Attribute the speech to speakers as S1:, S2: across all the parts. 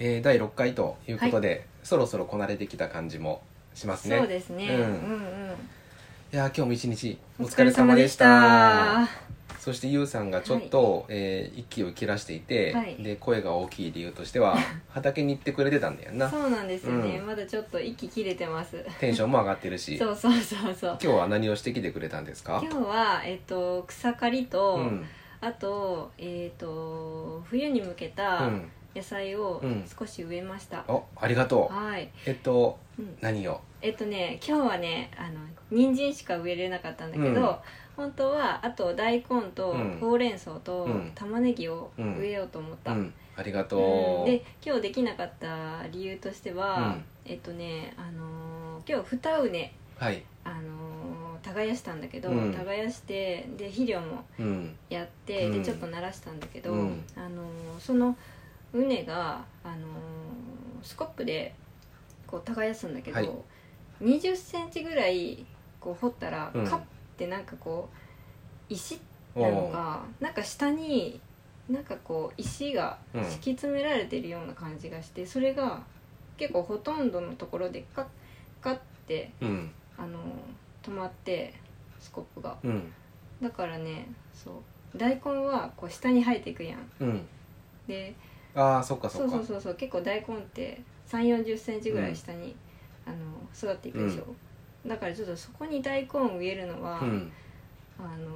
S1: えー第6回ということで、そろそろこなれてきた感じもしますね
S2: そうですね、
S1: うん
S2: うんうん
S1: いやー今日も一日お
S2: お
S1: 疲
S2: 疲
S1: れ
S2: れ
S1: 様
S2: 様
S1: で
S2: で
S1: し
S2: したた
S1: そしてゆうさんがちょっと、えー息を切らしていて、
S2: はい
S1: で声が大きい理由として は畑に行ってくれてたんだよな
S2: そうなんですよね、
S1: うん
S2: まだちょっと息切れてます
S1: テンションも上がってるし
S2: そうそうそうそう
S1: 今日は何をしてきてくれたんですか
S2: 今日は、えっと、草刈りと、
S1: うん
S2: あと,、えっと冬に向け
S1: う
S2: た
S1: ん、
S2: 野菜を
S1: うん
S2: 少し植えました、
S1: おありがとう
S2: はい、
S1: えっと
S2: うん
S1: 何を
S2: えっとね今日はねあの人参しか植えれなかったんだけど、
S1: うん
S2: 本当はあと大根と
S1: うん
S2: ほうれん草と
S1: うん
S2: 玉ねぎを
S1: うん
S2: 植えようと思っ
S1: う
S2: た、
S1: んありが
S2: うん
S1: とう
S2: で今日できなかった理由としては、
S1: うん
S2: えっとねあのー今日二畝
S1: はい
S2: あのー耕したんだけど、
S1: うん
S2: 耕してで肥料も
S1: うん
S2: やって、
S1: うん
S2: でちょっと慣らしたんだけど、
S1: うん
S2: あのーその畝が、あのースコップでこう耕すんだけど、
S1: はい
S2: 2 0ンチぐらいこう掘ったら、
S1: うん
S2: カッてなんかこう石
S1: お
S2: なの
S1: う
S2: かなんか下になんかこう石が
S1: うん
S2: 敷き詰められてるような感じがして、それが結構ほとんどのところでカッカッて、
S1: うん
S2: あのー止まってスコップが。
S1: うん
S2: だからねそう大根はこう下に生えていくやん
S1: うん
S2: で
S1: ああそっかそ
S2: そ
S1: っ
S2: う
S1: か
S2: そうそうそう結構大根って3 4 0センチぐらい下に、あの育っていくでしょ、だからちょっとそこに大根を植えるのは、
S1: うん
S2: あの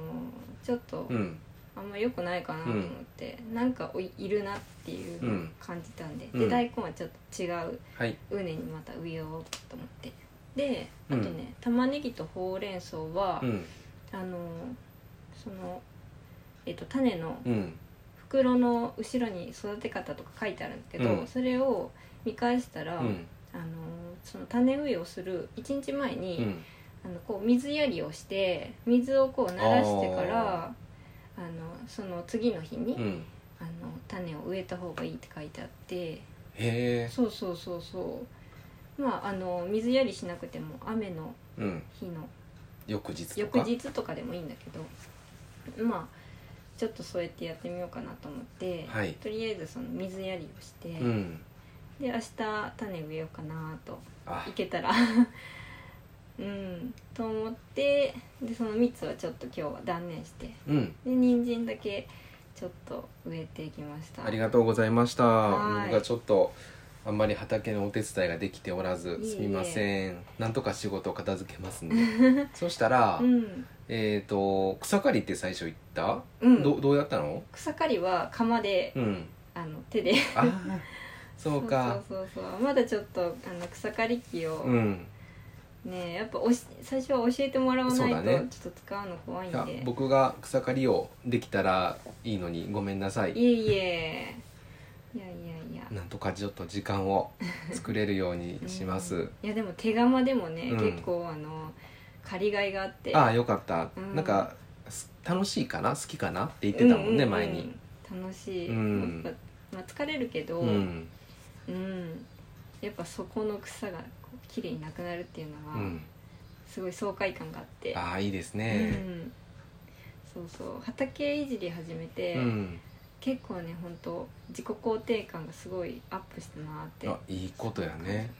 S2: ちょっと
S1: うん
S2: あんま良くないかなと思って、なんかおいいるなっていうのを感じたんで、
S1: うんう
S2: で
S1: ん
S2: 大根はちょっと違う
S1: はい
S2: 畝にまた植えようと思ってであ
S1: う
S2: と
S1: ん
S2: ね、玉ねぎとほうれん草は、
S1: うん
S2: あのその、えっと種の
S1: うん
S2: 袋の後ろに育て方とか書いてあるんだけど、
S1: うん
S2: それを見返したら、
S1: うん
S2: あのその種植えをする1日前に、
S1: うん
S2: あのこう水やりをして水をこう慣らしてからあのその次の日に、
S1: うん
S2: あの種を植えた方がいいって書いてあって
S1: へえ
S2: そうそうそうそうまああの水やりしなくても雨の
S1: うん
S2: 日の
S1: 翌日とか
S2: 翌日とかでもいいんだけどまあちょっとそうやってやってみようかなと思って、
S1: はい
S2: とりあえずその水やりをして、
S1: うん
S2: で明日種植えようかなと
S1: あ
S2: いけたら うんと思ってでその蜜はちょっと今日は断念してで
S1: うん
S2: 人参だけちょっと植えていきました
S1: ありがとうございました
S2: はい
S1: 僕がちょっとあんまり畑のお手伝いができておらず
S2: いえいえ
S1: すみませんなんとか仕事を片付けます ねそしたら、
S2: うん、
S1: えっ、と草刈りって最初言った、
S2: うん
S1: どどうやったの
S2: 草刈りは釜で、
S1: うん
S2: あの手で
S1: あそうか
S2: そうそうそうまだちょっとあの草刈り機を、
S1: うん
S2: ねえやっぱおし最初は教えてもらわ
S1: そ
S2: な
S1: う
S2: い
S1: だ
S2: と
S1: ね
S2: ちょっと使うの怖いん
S1: い
S2: で、
S1: や僕が草刈りをできたらいいのにごめんなさい
S2: いえ いえいやいやいや
S1: なんとかちょっと時間を作れるようにします、
S2: うんいやでも手釜でもね、
S1: うん
S2: 結構あの借りがいがあって
S1: ああよかった、
S2: うん
S1: なんかす楽しいかな好きかなって言ってたもんね、
S2: うう
S1: 前に
S2: 楽しい、
S1: うん
S2: やっぱ、まあ、疲れるけど、
S1: う
S2: うん
S1: ん
S2: やっぱそこの草がこう綺麗になくなるっていうの
S1: う
S2: は、
S1: ん
S2: すごい爽快感があって
S1: ああいいです
S2: う
S1: ね
S2: んそうそう畑いじり始めて、
S1: うん、
S2: 結構ね本当自己肯定感がすごいアップしたなって
S1: あいいことやね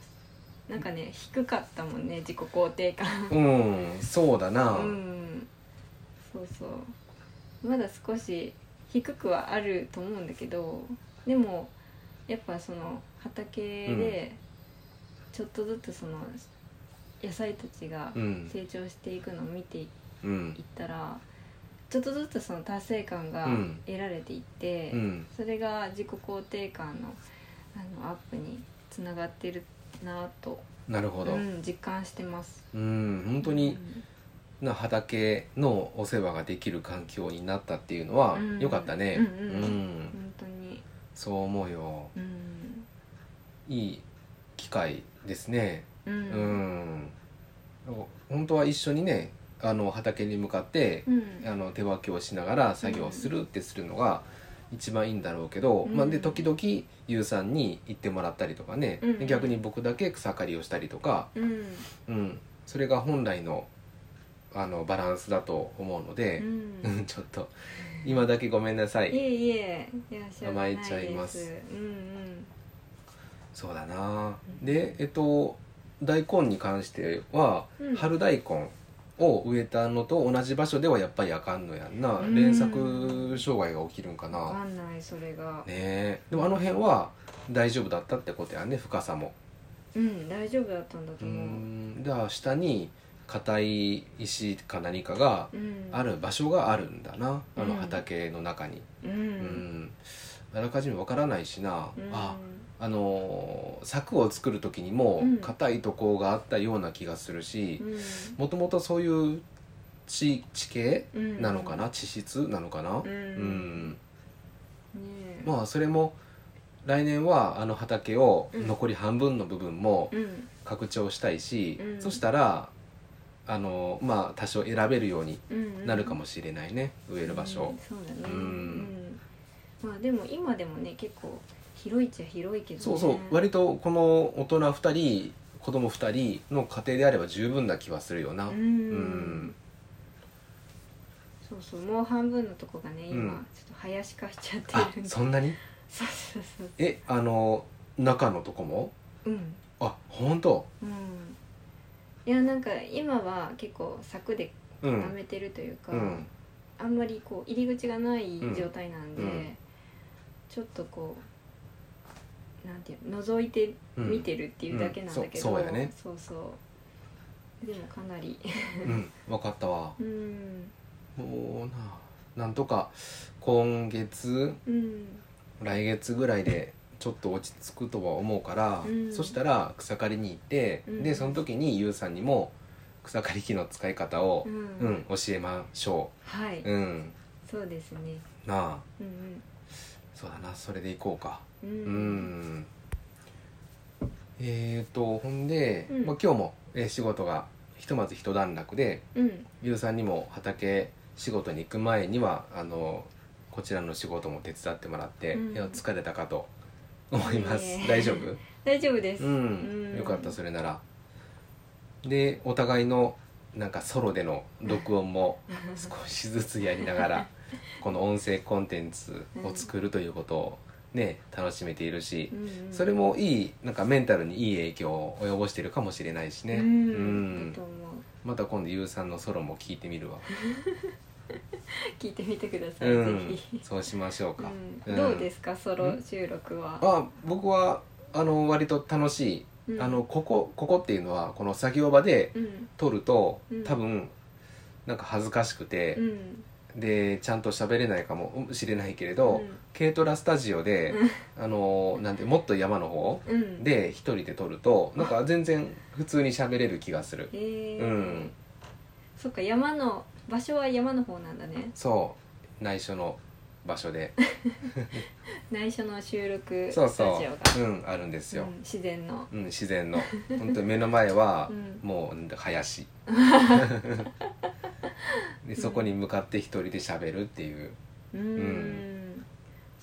S2: なんかね低かったもんね自己肯定感
S1: うんそうだな、
S2: うんそうそうまだ少し低くはあると思うんだけどでもやっぱその畑でちょっとずつその野菜たちが
S1: うん
S2: 成長していくのを見てい
S1: うん
S2: ったらちょっとずつその達成感が
S1: うん
S2: 得られていって、
S1: うん
S2: それが自己肯定感のあのアップにつながってるなと、
S1: なるほど
S2: う
S1: うん、
S2: ん、実感してます
S1: 本当にな畑のお世話ができる環境になったっていうのは
S2: うん
S1: 良かったね
S2: うんうん
S1: うん
S2: 本当に
S1: そう思うよ
S2: うん
S1: いい機会ですね
S2: う
S1: うんん本当は一緒にねあの畑に向かって
S2: うん
S1: あの手分けをしながら作業するってするのが一番いいんだろうけど、
S2: うん
S1: まあ、で時々ゆうさんに行ってもらったりとかね、
S2: うんうん
S1: 逆に僕だけ草刈りをしたりとか、
S2: うん
S1: うん、それが本来のあのバランスだと思うの
S2: う
S1: で、
S2: ん
S1: うん、ちょっと今だけごめんなさ
S2: い
S1: い。
S2: えいえいやしょうがな
S1: 甘えちゃいます
S2: うん
S1: そうだなでえっと大根に関しては、
S2: うん
S1: 春大根を植えたのと同じ場所ではやっぱりあかんのやんな、
S2: うん
S1: 連作障害が起きるんか
S2: わ
S1: な、
S2: かんないそれが
S1: ね、えでもあの辺は大丈夫だったってことやね深さも
S2: うん大丈夫だったんだと
S1: う
S2: 思う、うん
S1: んじゃあ下に硬い石か何かがある場所があるんだな、あの
S2: うん
S1: 畑の中に
S2: うん、
S1: うんあらかじめわからないしな、
S2: うん
S1: ああのー柵を作る時にも
S2: うん
S1: 硬いとこがあったような気がするし
S2: うん
S1: もともとそういう地地形
S2: うん
S1: なのかな、地質なのかな、う
S2: うん、
S1: ん
S2: ねえ
S1: まあそれも来年はあの畑を残り半分の部分も
S2: うん
S1: 拡張したいし、
S2: うん
S1: そしたらあのーまあ多少選べるように
S2: うんうん
S1: なるかもしれないね、植える場所
S2: うん、そうだね
S1: うん
S2: うんまあでも今でもね結構広いっちゃ広いけど、ね、
S1: そうそう割とこの大人2人子供2人の家庭であれば十分な気はするよな、
S2: うん、
S1: うん
S2: そうそうもう半分のとこがね今、
S1: うん
S2: ちょっと林化しちゃって
S1: あ
S2: るんで
S1: そんなに
S2: そうそうそう
S1: えあの中のとこも
S2: うん
S1: あ本当
S2: うんいやなんか今は結構柵で
S1: う
S2: 溜
S1: ん
S2: めてるというか、
S1: うん
S2: あんまりこう入り口がない状態なんで、
S1: うんうん
S2: ちょっとこうなんていう覗いて
S1: うん
S2: 見てるっていうだけなんだけど、
S1: うんそうそうやね
S2: そうそうでもか なり
S1: うん分かったわ
S2: うん
S1: もうななんとか今月
S2: うん
S1: 来月ぐらいでちょっと落ち着くとは思うから、
S2: うん
S1: そしたら草刈りに行って、
S2: うん
S1: でその時にゆうさんにも草刈り機の使い方を
S2: う、ん、
S1: うん教えましょ
S2: はい、
S1: ううん
S2: そうですね
S1: なあ
S2: うん
S1: そうだなそれで行こうか
S2: うん
S1: う
S2: うん
S1: んえー、とほんで、
S2: うん
S1: まあ、今日も、えー仕事がひとまず一段落で
S2: うん
S1: ゆうさんにも畑仕事に行く前にはあのこちらの仕事も手伝ってもらって、
S2: うん
S1: いや疲れたかと思います、
S2: いえいえ
S1: 大丈夫
S2: 大丈夫です、
S1: うん、
S2: うん
S1: よかった それならでお互いのなんかソロでの録音も少しずつやりながらこの音声コンテンツを作るということをね楽しめているし
S2: う、んうん
S1: それもいいなんかメンタルにいい影響を及ぼしてるかもしれないしね、
S2: うん、
S1: うん
S2: だと思う
S1: また今度ゆうさんのソロも聞いてみるわ、
S2: 聞いてみてください、
S1: うん
S2: ぜひ、
S1: そうしましょうか、
S2: うん、どうですかソロ収録は、
S1: あ僕はあの割と楽しい、
S2: うん
S1: あのここここっていうのはこの作業場で
S2: うん
S1: 撮ると、
S2: うん
S1: 多分なんか恥ずかしくて
S2: う、ん
S1: でちゃんと喋れないかもしれないけれど、軽トラスタジオで、あのなんてもっと山の方
S2: うんうん、
S1: で一人で撮るとなんか全然普通に喋れる気がする
S2: えー
S1: うん
S2: そっか山の場所は山の方なんだね
S1: そう内緒の場所で
S2: 内緒の収録 ス
S1: そ
S2: タ
S1: う
S2: ジオが
S1: そう、うん、あるんですよ
S2: う、ん自然の
S1: うん自然の本当に目の前 は
S2: うん
S1: もうなんだ 林でそこに向かって一人で喋るっていう
S2: うーん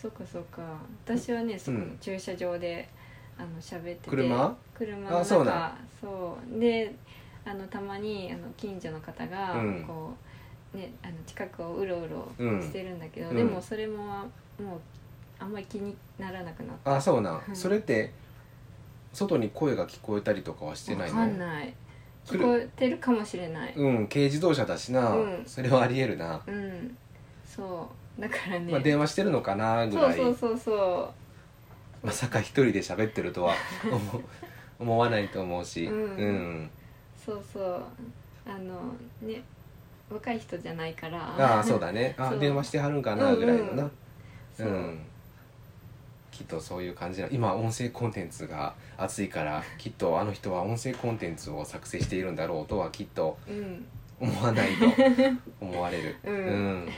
S2: そっかそっか私はねそこの駐車場で、あの喋ってて
S1: 車
S2: 車の中
S1: あそうだ
S2: そうであのたまにあの近所の方が
S1: うん
S2: こう、ね、あの近くをうろう
S1: うん
S2: ろしてるんだけど、
S1: うん
S2: でもそれももうあんまり気にならなくなった
S1: あそうなん、
S2: はい
S1: それって外に声が聞こえたりとかはしてないの
S2: わかんない
S1: 来
S2: 聞
S1: る
S2: こえてるかもしれない
S1: うん軽自動車だしな、
S2: うん
S1: それはありえるな、
S2: うんそうだからね、
S1: まあ、電話してるのかなぐ
S2: そう
S1: らい
S2: そうそうそ
S1: まさか一人で喋ってる とは思う思わないと思うし、
S2: うん
S1: うん
S2: うそうそうあのね若い人じゃないから
S1: ああそうだねあ
S2: そう
S1: 電話してはるんかなぐらいのな、
S2: そう、
S1: うんきっとそういう感じな今音声コンテンツが熱いからきっとあの人は音声コンテンツを作成しているんだろうとはきっと
S2: うん
S1: 思わ ないと思われる
S2: うん
S1: うん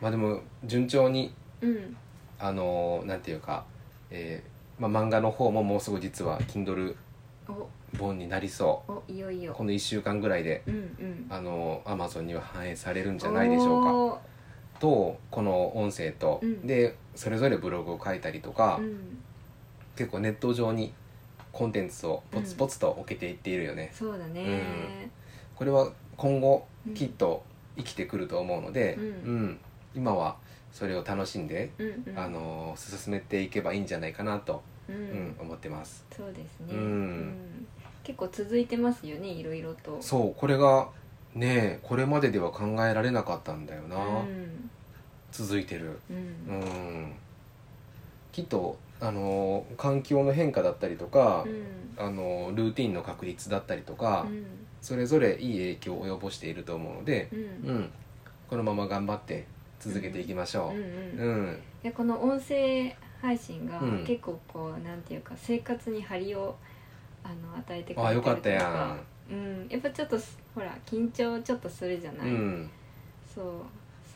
S1: まあでも順調に
S2: うん
S1: あのーなんていうか、えーまあ、漫画の方ももうすぐ実は Kindle 本になりそ
S2: おおいよいうよ
S1: この1週間ぐらいで
S2: うんうん
S1: あのー Amazon には反映されるんじゃないでしょうか
S2: お
S1: とこの音声と、
S2: うん
S1: でそれぞれブログを書いたりとか、
S2: ーうん
S1: 結構ネット上にコンテンツをポツポツと置けていっているよね、
S2: そうだね
S1: これは今後
S2: うん
S1: きっと生きてくると思うので、
S2: うん
S1: うん今はそれを楽しんで、
S2: うんうん
S1: あのー進めていけばいいんじゃないかなと
S2: うん、
S1: うん、思ってます
S2: そうですね、
S1: うん
S2: 結構続いてますよねいろいろと
S1: そうこれがねえこれまででは考えられなかったんだよな、
S2: うん
S1: 続いてる
S2: うん
S1: うんきっとあのー環境の変化だったりとか、
S2: うん
S1: あのールーティンの確立だったりとか、
S2: うん
S1: それぞれいい影響を及ぼしていると思うので、
S2: うん
S1: うんこのまま頑張って続けていきましょ
S2: うん
S1: う。
S2: うん
S1: う
S2: い
S1: ん、
S2: やこの音声配信が
S1: うん
S2: 結構こう、なんていうか生活に張りをあの与えてくれ
S1: あ
S2: て
S1: あ
S2: る
S1: よかった
S2: という
S1: や
S2: うん、やっぱちょっとすほら緊張ちょっとするじゃ
S1: ん、
S2: ない、
S1: うん、
S2: そう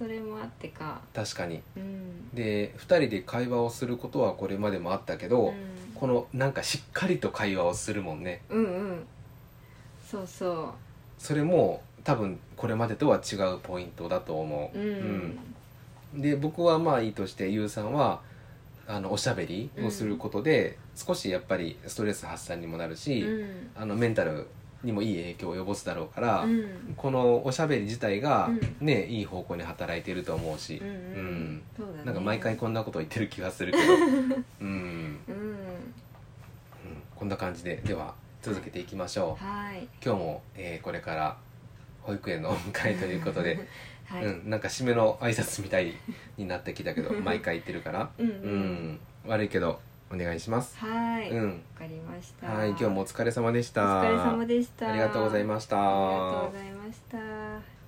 S2: それもあってか
S1: 確かに
S2: うん
S1: で2人で会話をすることはこれまでもあったけど、
S2: うん
S1: このなんかしっかりと会話をするもんね
S2: うんうんそうそ
S1: それも多分これまでとは違うポイントだと思う
S2: う、うん
S1: で僕はまあいいとしてゆうさんはあのおしゃべりをすることで、少しやっぱりストレス発散にもなるし、
S2: うん
S1: あのメンタルにもいい影響を及ぼすだろうから、
S2: うん
S1: このおしゃべり自体が
S2: う
S1: ね、いい方向に働いてると思うし
S2: うんう、んそうだね
S1: なんか毎回こんなこと言ってる気がするけど、うんうん
S2: うん
S1: こんな感じででは続けていきましょう
S2: はい
S1: 今日も、えーこれから保育園のお迎えということ で、
S2: はい、
S1: うん、なんか締めの挨拶みたいになってきたけど毎回言ってるから
S2: うんう
S1: うんん悪いけどお願いします
S2: はい、
S1: う
S2: わ
S1: ん
S2: かりました
S1: はい今日もお疲れ様でし
S2: お
S1: た
S2: 疲れ様でした
S1: ありがとうございました
S2: ありがとうございました